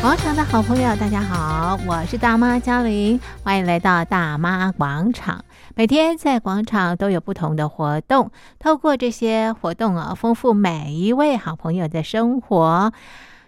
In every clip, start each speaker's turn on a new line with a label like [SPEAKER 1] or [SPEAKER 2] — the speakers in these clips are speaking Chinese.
[SPEAKER 1] 广场的好朋友，大家好，我是大妈嘉玲，欢迎来到大妈广场。每天在广场都有不同的活动，透过这些活动啊，丰富每一位好朋友的生活。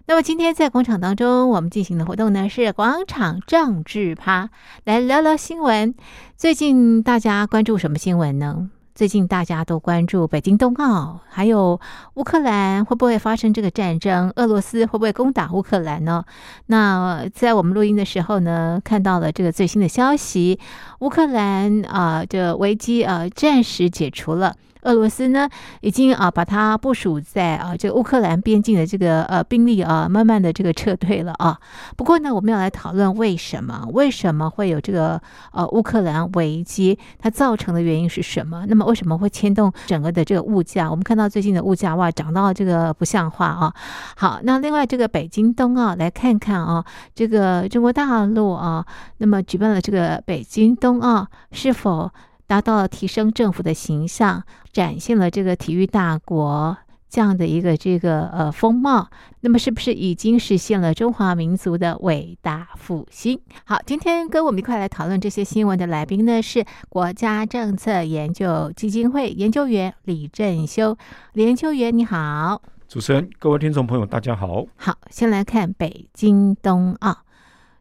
[SPEAKER 1] 那么今天在广场当中，我们进行的活动呢是广场政治趴，来聊聊新闻。最近大家关注什么新闻呢？最近大家都关注北京冬奥，还有乌克兰会不会发生这个战争，俄罗斯会不会攻打乌克兰呢？那在我们录音的时候呢，看到了这个最新的消息，乌克兰啊、这危机呃暂时解除了。俄罗斯呢，已经啊把它部署在啊这个乌克兰边境的这个呃兵力啊，慢慢的这个撤退了啊。不过呢，我们要来讨论为什么为什么会有这个呃乌克兰危机，它造成的原因是什么？那么为什么会牵动整个的这个物价？我们看到最近的物价哇涨到这个不像话啊。好，那另外这个北京冬奥来看看啊，这个中国大陆啊，那么举办了这个北京冬奥是否？达到了提升政府的形象，展现了这个体育大国这样的一个这个呃风貌，那么是不是已经实现了中华民族的伟大复兴？好，今天跟我们一块来讨论这些新闻的来宾呢是国家政策研究基金会研究员李振修，李研究员你好，
[SPEAKER 2] 主持人、各位听众朋友，大家好。
[SPEAKER 1] 好，先来看北京冬奥。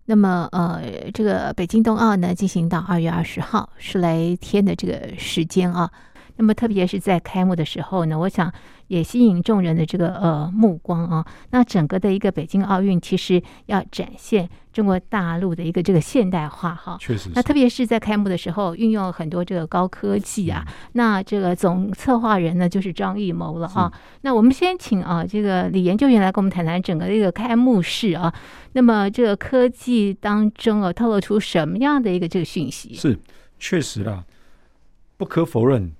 [SPEAKER 1] 那么，呃，这个北京冬奥呢，进行到二月二十号，十来天的这个时间啊。那么，特别是在开幕的时候呢，我想也吸引众人的这个呃目光啊。那整个的一个北京奥运，其实要展现中国大陆的一个这个现代化哈、
[SPEAKER 2] 确实
[SPEAKER 1] 那
[SPEAKER 2] 是，
[SPEAKER 1] 特别是在开幕的时候，运用了很多这个高科技
[SPEAKER 2] 嗯
[SPEAKER 1] 啊。那这个总策划人呢，就是张艺谋了啊。那我们先请啊，这个李研究员来跟我们谈谈整个这个开幕式啊。那么这个科技当中啊，透露出什么样的一个这个讯息？
[SPEAKER 2] 是确实啦，不可否认，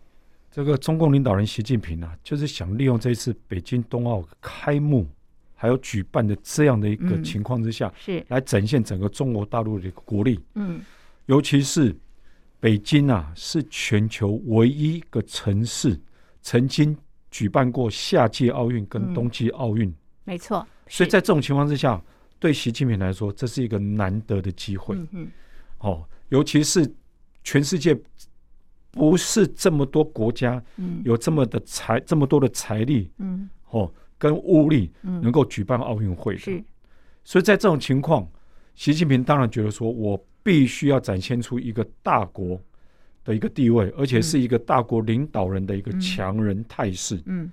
[SPEAKER 2] 这个中共领导人习近平啊，就是想利用这一次北京冬奥开幕还有举办的这样的一个
[SPEAKER 1] 嗯
[SPEAKER 2] 情况之下，
[SPEAKER 1] 是，
[SPEAKER 2] 来展现整个中国大陆的一个国力，
[SPEAKER 1] 嗯，
[SPEAKER 2] 尤其是北京啊，是全球唯一一个城市曾经举办过夏季奥运
[SPEAKER 1] 嗯
[SPEAKER 2] 跟冬季奥运，
[SPEAKER 1] 没错。
[SPEAKER 2] 所以
[SPEAKER 1] 是
[SPEAKER 2] 在这种情况之下，对习近平来说，这是一个难得的机会。
[SPEAKER 1] 嗯嗯
[SPEAKER 2] 哦，尤其是全世界不是这么多国家
[SPEAKER 1] 嗯
[SPEAKER 2] 有这么的财这么多的财力
[SPEAKER 1] 嗯
[SPEAKER 2] 哦跟物力能
[SPEAKER 1] 嗯，
[SPEAKER 2] 够举办奥运会的
[SPEAKER 1] 是，
[SPEAKER 2] 所以在这种情况，习近平当然觉得说我必须要展现出一个大国的一个地位，而且是一个大国领导人的一个
[SPEAKER 1] 嗯
[SPEAKER 2] 强人态势。
[SPEAKER 1] 嗯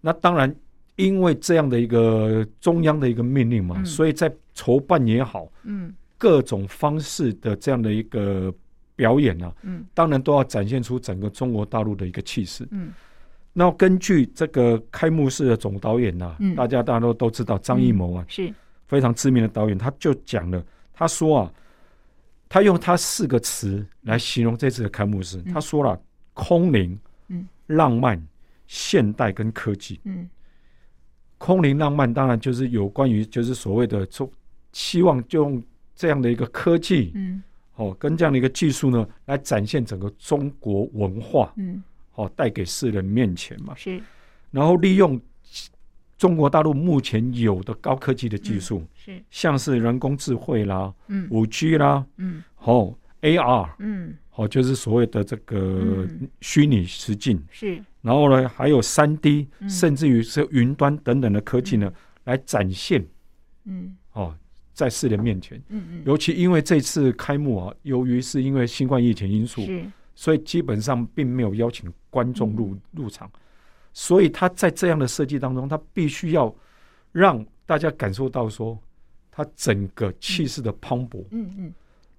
[SPEAKER 2] 那当然，因为这样的一个中央的一个命令嘛，
[SPEAKER 1] 嗯
[SPEAKER 2] 所以在筹办也好，
[SPEAKER 1] 嗯
[SPEAKER 2] 各种方式的这样的一个表演啊，
[SPEAKER 1] 嗯
[SPEAKER 2] 当然都要展现出整个中国大陆的一个气势。
[SPEAKER 1] 嗯
[SPEAKER 2] 那根据这个开幕式的总导演呐、啊，
[SPEAKER 1] 嗯
[SPEAKER 2] 大家大家都都知道张艺谋啊，
[SPEAKER 1] 是，
[SPEAKER 2] 非常知名的导演，他就讲了，他说啊，他用他四个词来形容这次的开幕式，
[SPEAKER 1] 嗯
[SPEAKER 2] 他说了空灵、
[SPEAKER 1] 嗯
[SPEAKER 2] 浪漫、现代跟科技。
[SPEAKER 1] 嗯
[SPEAKER 2] 空灵浪漫当然就是有关于就是所谓的从希望就用这样的一个科技，
[SPEAKER 1] 嗯
[SPEAKER 2] 哦，跟这样的一个技术呢，来展现整个中国文化
[SPEAKER 1] 嗯
[SPEAKER 2] 哦，带给世人面前嘛。
[SPEAKER 1] 是
[SPEAKER 2] 然后利用中国大陆目前有的高科技的技术，
[SPEAKER 1] 是，
[SPEAKER 2] 像是人工智慧啦、
[SPEAKER 1] 嗯
[SPEAKER 2] 五 G 啦、
[SPEAKER 1] 嗯
[SPEAKER 2] 哦 AR
[SPEAKER 1] 嗯
[SPEAKER 2] 哦，就是所谓的这个
[SPEAKER 1] 嗯
[SPEAKER 2] 虚拟实境，
[SPEAKER 1] 是，
[SPEAKER 2] 然后呢，还有三 D，、
[SPEAKER 1] 嗯
[SPEAKER 2] 甚至于是云端等等的科技呢，来展现
[SPEAKER 1] 嗯
[SPEAKER 2] 哦，在世人面前。
[SPEAKER 1] 嗯嗯
[SPEAKER 2] 尤其因为这次开幕啊，由于是因为新冠疫情因素，
[SPEAKER 1] 是，
[SPEAKER 2] 所以基本上并没有邀请观众入
[SPEAKER 1] 嗯
[SPEAKER 2] 入场，所以他在这样的设计当中，他必须要让大家感受到说，他整个气势的磅礴，
[SPEAKER 1] 嗯嗯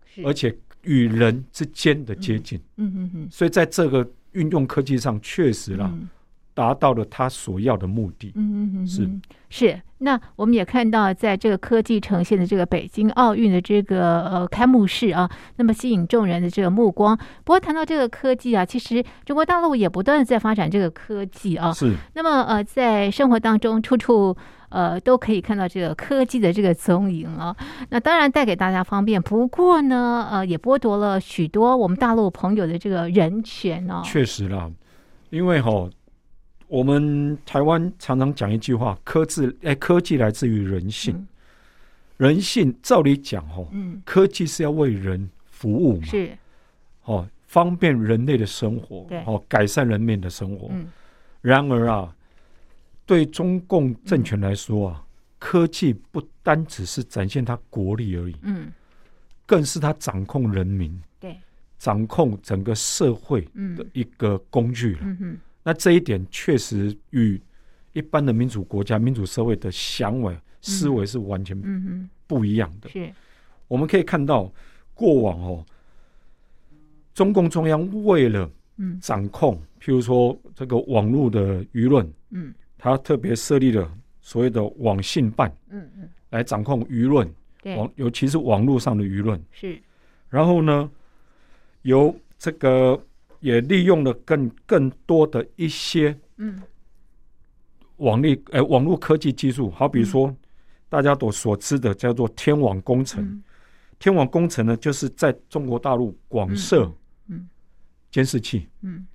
[SPEAKER 1] 是，
[SPEAKER 2] 而且与人之间的接近，
[SPEAKER 1] 嗯嗯嗯。
[SPEAKER 2] 所以在这个运用科技上，确实啦、
[SPEAKER 1] 嗯
[SPEAKER 2] 达到了他所要的目的。
[SPEAKER 1] 嗯嗯嗯，
[SPEAKER 2] 是
[SPEAKER 1] 嗯是。那我们也看到，在这个科技呈现的这个北京奥运的这个呃开幕式啊，那么吸引众人的这个目光。不过谈到这个科技啊，其实中国大陆也不断的在发展这个科技啊。
[SPEAKER 2] 是
[SPEAKER 1] 那么呃，在生活当中处处呃都可以看到这个科技的这个踪影啊。那当然带给大家方便，不过呢呃也剥夺了许多我们大陆朋友的这个人权哦。
[SPEAKER 2] 确实啦，因为哈、我们台湾常常讲一句话：科技哎，科技来自于人性。
[SPEAKER 1] 嗯
[SPEAKER 2] 人性照理讲哦，
[SPEAKER 1] 嗯，
[SPEAKER 2] 科技是要为人服务嘛，
[SPEAKER 1] 是，
[SPEAKER 2] 哦，方便人类的生活
[SPEAKER 1] 对，
[SPEAKER 2] 哦，改善人民的生活。
[SPEAKER 1] 嗯
[SPEAKER 2] 然而啊，对中共政权来说
[SPEAKER 1] 嗯
[SPEAKER 2] 啊，科技不单只是展现它国力而已，
[SPEAKER 1] 嗯，
[SPEAKER 2] 更是它掌控人民、
[SPEAKER 1] 对，
[SPEAKER 2] 掌控整个社会
[SPEAKER 1] 嗯
[SPEAKER 2] 的一个工具了。
[SPEAKER 1] 嗯哼，
[SPEAKER 2] 那这一点确实与一般的民主国家、民主社会的想法、思维是完全
[SPEAKER 1] 嗯
[SPEAKER 2] 不一样的
[SPEAKER 1] 哼，。是，
[SPEAKER 2] 我们可以看到，过往哦，中共中央为了
[SPEAKER 1] 嗯
[SPEAKER 2] 掌控，譬如说这个网络的舆论，
[SPEAKER 1] 嗯
[SPEAKER 2] 它特别设立了所谓的网信办
[SPEAKER 1] 嗯嗯，
[SPEAKER 2] 来掌控舆论，
[SPEAKER 1] 对，
[SPEAKER 2] 网尤其是网络上的舆论。
[SPEAKER 1] 是，
[SPEAKER 2] 然后呢，由这个也利用了更更多的一些
[SPEAKER 1] 嗯
[SPEAKER 2] 网力，呃，网络科技技术，好比
[SPEAKER 1] 嗯
[SPEAKER 2] 说、大家都所知的叫做天网工程。
[SPEAKER 1] 嗯
[SPEAKER 2] 天网工程呢，就是在中国大陆广设
[SPEAKER 1] 嗯
[SPEAKER 2] 监视器，
[SPEAKER 1] 嗯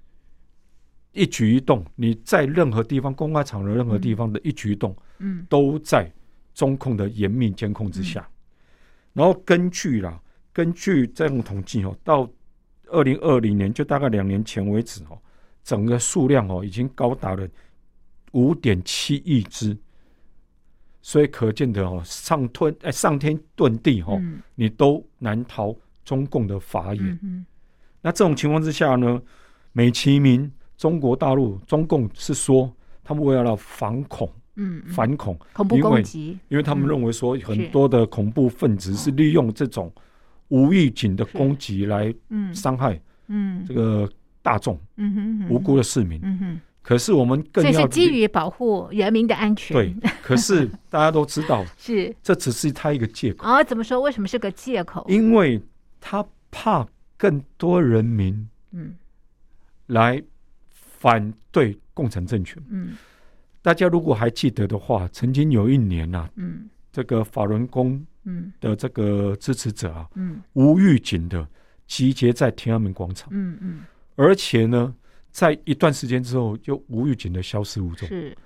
[SPEAKER 2] 一举一动，你在任何地方、公开场合、任何地方的一举一动，
[SPEAKER 1] 嗯
[SPEAKER 2] 都在中控的严密监控之下。然后根据啦，根据这种统计哦，到二零二零年，就大概两年前为止哦，整个数量哦已经高达了五点七亿只。所以可见的哦，上吞哎上天遁地哦，
[SPEAKER 1] 嗯
[SPEAKER 2] 你都难逃中共的法眼。
[SPEAKER 1] 嗯嗯
[SPEAKER 2] 那这种情况之下呢，美其名中国大陆中共是说他们为了反恐
[SPEAKER 1] 嗯，嗯
[SPEAKER 2] 反恐，
[SPEAKER 1] 恐怖
[SPEAKER 2] 因
[SPEAKER 1] 攻
[SPEAKER 2] 为
[SPEAKER 1] 击，
[SPEAKER 2] 因为他们
[SPEAKER 1] 嗯
[SPEAKER 2] 认为说
[SPEAKER 1] 是
[SPEAKER 2] 很多的恐怖分
[SPEAKER 1] 嗯
[SPEAKER 2] 子是利用这种无预警的攻击来
[SPEAKER 1] 嗯
[SPEAKER 2] 伤害
[SPEAKER 1] 嗯
[SPEAKER 2] 这个大众
[SPEAKER 1] 嗯哼
[SPEAKER 2] 无，辜的市民。
[SPEAKER 1] 嗯哼，
[SPEAKER 2] 可是我们更
[SPEAKER 1] 所以
[SPEAKER 2] 要
[SPEAKER 1] 是基
[SPEAKER 2] 理
[SPEAKER 1] 于保护人民的安全，
[SPEAKER 2] 对，，可是大家都知道，
[SPEAKER 1] 是。
[SPEAKER 2] 这只是他一个借口，
[SPEAKER 1] 哦，怎么说？为什么是个借口？
[SPEAKER 2] 因为他怕更多人民
[SPEAKER 1] 嗯
[SPEAKER 2] 来反对共产政权。
[SPEAKER 1] 嗯
[SPEAKER 2] 大家如果还记得的话，曾经有一年呐、啊，
[SPEAKER 1] 嗯
[SPEAKER 2] 这个法轮功
[SPEAKER 1] 嗯
[SPEAKER 2] 的这个支持者啊，
[SPEAKER 1] 嗯
[SPEAKER 2] 无预警的集结在天安门广场，
[SPEAKER 1] 嗯嗯，
[SPEAKER 2] 而且呢，在一段时间之后就无预警的消失无踪，
[SPEAKER 1] 是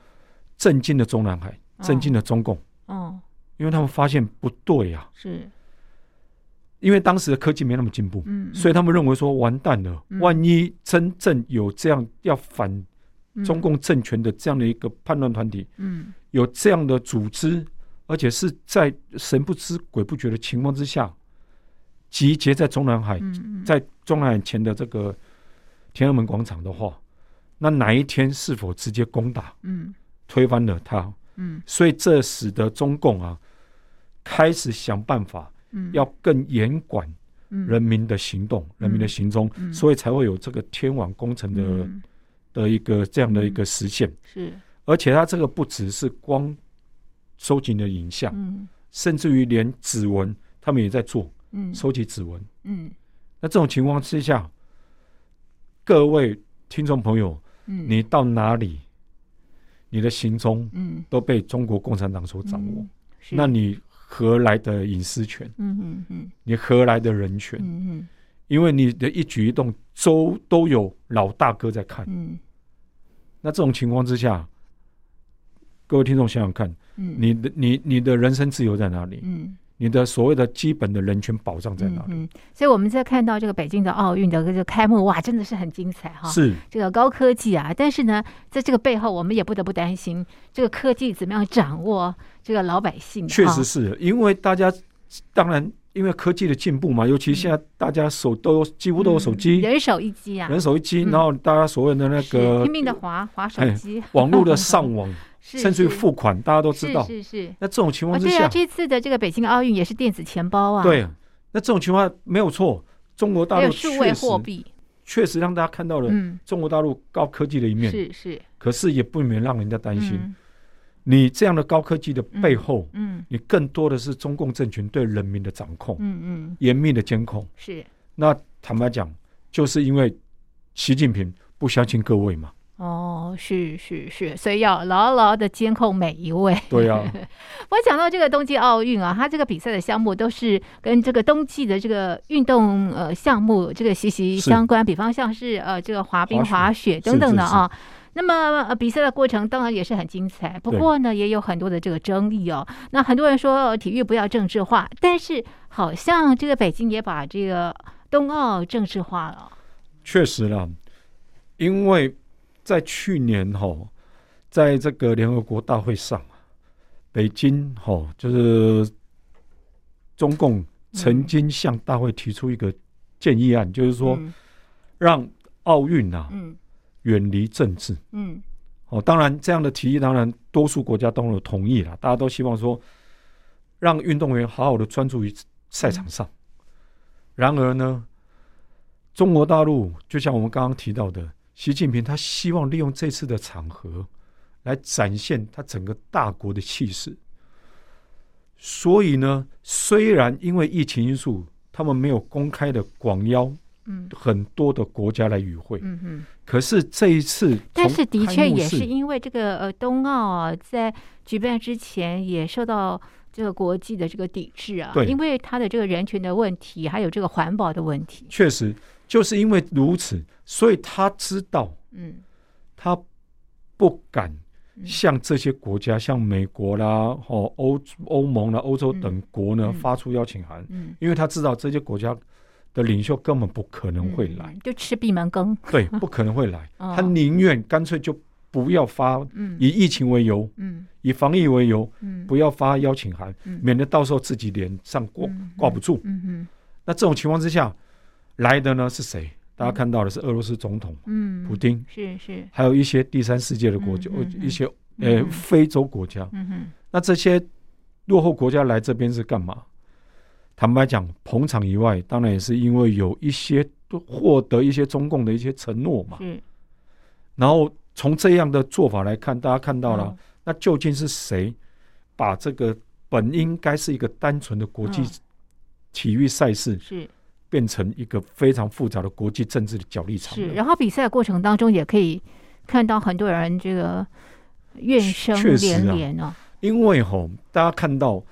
[SPEAKER 2] 震惊了中南海，
[SPEAKER 1] 哦
[SPEAKER 2] 震惊了中共，
[SPEAKER 1] 哦，
[SPEAKER 2] 因为他们发现不对啊，
[SPEAKER 1] 是
[SPEAKER 2] 因为当时的科技没那么进步，
[SPEAKER 1] 嗯，
[SPEAKER 2] 所以他们认为说完蛋了，
[SPEAKER 1] 嗯
[SPEAKER 2] 万一真正有这样要反
[SPEAKER 1] 以
[SPEAKER 2] 中共政权的这样的一个叛乱团体，
[SPEAKER 1] 嗯
[SPEAKER 2] 有这样的组织，而且是在神不知鬼不觉的情况之下，集结在中南海，
[SPEAKER 1] 嗯嗯
[SPEAKER 2] 在中南海前的这个天安门广场的话，那哪一天是否直接攻打
[SPEAKER 1] 嗯
[SPEAKER 2] 推翻了他？
[SPEAKER 1] 嗯
[SPEAKER 2] 所以这使得中共啊开始想办法
[SPEAKER 1] 嗯
[SPEAKER 2] 要更严管人民的行动、人民的行踪，
[SPEAKER 1] 嗯
[SPEAKER 2] 所以才会有这个天网工程的、
[SPEAKER 1] 嗯
[SPEAKER 2] 的一个这样的一个实现。
[SPEAKER 1] 是
[SPEAKER 2] 而且它这个不只是光收集你的影像。
[SPEAKER 1] 嗯
[SPEAKER 2] 甚至于连指纹，他们也在做
[SPEAKER 1] 嗯
[SPEAKER 2] 收集指纹。
[SPEAKER 1] 嗯
[SPEAKER 2] 那这种情况之下，各位听众朋友，
[SPEAKER 1] 嗯
[SPEAKER 2] 你到哪里，你的行踪
[SPEAKER 1] 嗯
[SPEAKER 2] 都被中国共产党所掌握，
[SPEAKER 1] 嗯是
[SPEAKER 2] 那你何来的隐私权？
[SPEAKER 1] 嗯嗯嗯
[SPEAKER 2] 你何来的人权？
[SPEAKER 1] 嗯
[SPEAKER 2] 因为你的一举一动都都有老大哥在看。
[SPEAKER 1] 嗯
[SPEAKER 2] 那这种情况之下，各位听众想想看，
[SPEAKER 1] 嗯
[SPEAKER 2] 你的你你的人身自由在哪里？
[SPEAKER 1] 嗯
[SPEAKER 2] 你的所谓的基本的人权保障在哪里？
[SPEAKER 1] 嗯，所以我们在看到这个北京的奥运的这个开幕，哇，真的是很精彩哈。
[SPEAKER 2] 是。
[SPEAKER 1] 这个高科技啊，但是呢，在这个背后，我们也不得不担心这个科技怎么样掌握这个老百姓。
[SPEAKER 2] 确实
[SPEAKER 1] 啊，
[SPEAKER 2] 是因为大家，当然因为科技的进步嘛，尤其现在大家手都有几乎都有手
[SPEAKER 1] 嗯
[SPEAKER 2] 机，
[SPEAKER 1] 人手一机啊，
[SPEAKER 2] 人手一机，
[SPEAKER 1] 嗯
[SPEAKER 2] 然后大家所谓的那
[SPEAKER 1] 是
[SPEAKER 2] 个
[SPEAKER 1] 拼命的划划手
[SPEAKER 2] 哎
[SPEAKER 1] 机，
[SPEAKER 2] 网络的上网，
[SPEAKER 1] 是
[SPEAKER 2] 甚至于
[SPEAKER 1] 是
[SPEAKER 2] 付款，大家都知
[SPEAKER 1] 是
[SPEAKER 2] 道。
[SPEAKER 1] 是是。
[SPEAKER 2] 那这种情
[SPEAKER 1] 啊，
[SPEAKER 2] 况之
[SPEAKER 1] 对啊，
[SPEAKER 2] 下，
[SPEAKER 1] 这次的这个北京奥运也是电子钱包啊，，
[SPEAKER 2] 对，那这种情况没有错，中国大
[SPEAKER 1] 还
[SPEAKER 2] 陆
[SPEAKER 1] 有数位
[SPEAKER 2] 确实
[SPEAKER 1] 货币，
[SPEAKER 2] 确实让大家看到了
[SPEAKER 1] 嗯，
[SPEAKER 2] 中国大陆高科技的一面，
[SPEAKER 1] 是是，
[SPEAKER 2] 可是也不免让人家担心，
[SPEAKER 1] 嗯
[SPEAKER 2] 你这样的高科技的背后，
[SPEAKER 1] 嗯
[SPEAKER 2] 你更多的是中共政权对人民的掌控，
[SPEAKER 1] 嗯嗯，
[SPEAKER 2] 严密的监控。
[SPEAKER 1] 是
[SPEAKER 2] 那坦白讲，就是因为习近平不相信各位嘛，
[SPEAKER 1] 哦，是是是，所以要牢牢的监控每一位。
[SPEAKER 2] 对啊，
[SPEAKER 1] 我讲到这个冬季奥运啊，它这个比赛的项目都是跟这个冬季的这个运动呃项目这个息息
[SPEAKER 2] 是
[SPEAKER 1] 相关，比方像是呃这个滑冰、
[SPEAKER 2] 滑雪
[SPEAKER 1] 滑雪等等的啊。那么呃，比赛的过程当然也是很精彩，不
[SPEAKER 2] 对
[SPEAKER 1] 过呢，也有很多的这个争议哦。那很多人说呃体育不要政治化，但是好像这个北京也把这个冬奥政治化了。
[SPEAKER 2] 确实啦，因为在去年哈、在这个联合国大会上，啊北京哈、就是中共曾经向大会提出一个建议案，就是说
[SPEAKER 1] 嗯
[SPEAKER 2] 让奥运啊
[SPEAKER 1] 嗯
[SPEAKER 2] 远离政治。
[SPEAKER 1] 嗯
[SPEAKER 2] 哦，当然这样的提议，当然多数国家都有同意了，大家都希望说让运动员好好的专注于赛场上。然而呢，中国大陆就像我们刚刚提到的，习近平他希望利用这次的场合来展现他整个大国的气势。所以呢，虽然因为疫情因素，他们没有公开的广邀
[SPEAKER 1] 嗯
[SPEAKER 2] 很多的国家来与会，
[SPEAKER 1] 嗯嗯。
[SPEAKER 2] 可是这一次从开
[SPEAKER 1] 但
[SPEAKER 2] 幕式，
[SPEAKER 1] 是的确也是因为这个呃冬奥啊，在举办之前也受到这个国际的这个抵制啊，
[SPEAKER 2] 对
[SPEAKER 1] 因为它的这个人群的问题，还有这个环保的问题。
[SPEAKER 2] 确实，就是因为如此，所以他知道
[SPEAKER 1] 嗯
[SPEAKER 2] 他不敢
[SPEAKER 1] 嗯
[SPEAKER 2] 向这些国家，像美国啦、哦欧欧盟啦、欧洲等国呢、
[SPEAKER 1] 嗯
[SPEAKER 2] 发出邀请函，
[SPEAKER 1] 嗯，
[SPEAKER 2] 因为他知道这些国家的领袖根本不可能会
[SPEAKER 1] 嗯
[SPEAKER 2] 来，，
[SPEAKER 1] 就吃闭门羹。
[SPEAKER 2] 对，不可能会来，
[SPEAKER 1] 嗯 哦
[SPEAKER 2] 他宁愿干脆就不要发，
[SPEAKER 1] 嗯
[SPEAKER 2] 以疫情为由，
[SPEAKER 1] 嗯
[SPEAKER 2] 以防疫为由，
[SPEAKER 1] 嗯
[SPEAKER 2] 不要发邀请函，
[SPEAKER 1] 嗯
[SPEAKER 2] 免得到时候自己脸上挂
[SPEAKER 1] 嗯
[SPEAKER 2] 挂不住。
[SPEAKER 1] 嗯嗯
[SPEAKER 2] 那这种情况之下，来的呢是谁？大家看到的是俄罗斯总统
[SPEAKER 1] 嗯，
[SPEAKER 2] 普丁，
[SPEAKER 1] 是是，
[SPEAKER 2] 还有一些第三世界的国家，
[SPEAKER 1] 嗯嗯嗯
[SPEAKER 2] 一些呃
[SPEAKER 1] 嗯嗯
[SPEAKER 2] 非洲国家。
[SPEAKER 1] 嗯哼，
[SPEAKER 2] 那这些落后国家来这边是干嘛？坦白讲，捧场以外，当然也是因为有一些获得一些中共的一些承诺嘛。
[SPEAKER 1] 是
[SPEAKER 2] 然后从这样的做法来看，大家看到了，
[SPEAKER 1] 嗯
[SPEAKER 2] 那究竟是谁把这个本应该是一个单纯的国际
[SPEAKER 1] 嗯
[SPEAKER 2] 体育赛事，
[SPEAKER 1] 是
[SPEAKER 2] 变成一个非常复杂的国际政治的角力场
[SPEAKER 1] 是。
[SPEAKER 2] 了？
[SPEAKER 1] 然后比赛过程当中也可以看到很多人这个怨声
[SPEAKER 2] 确实
[SPEAKER 1] 连
[SPEAKER 2] 啊
[SPEAKER 1] 连哦。
[SPEAKER 2] 因为吼，大家看到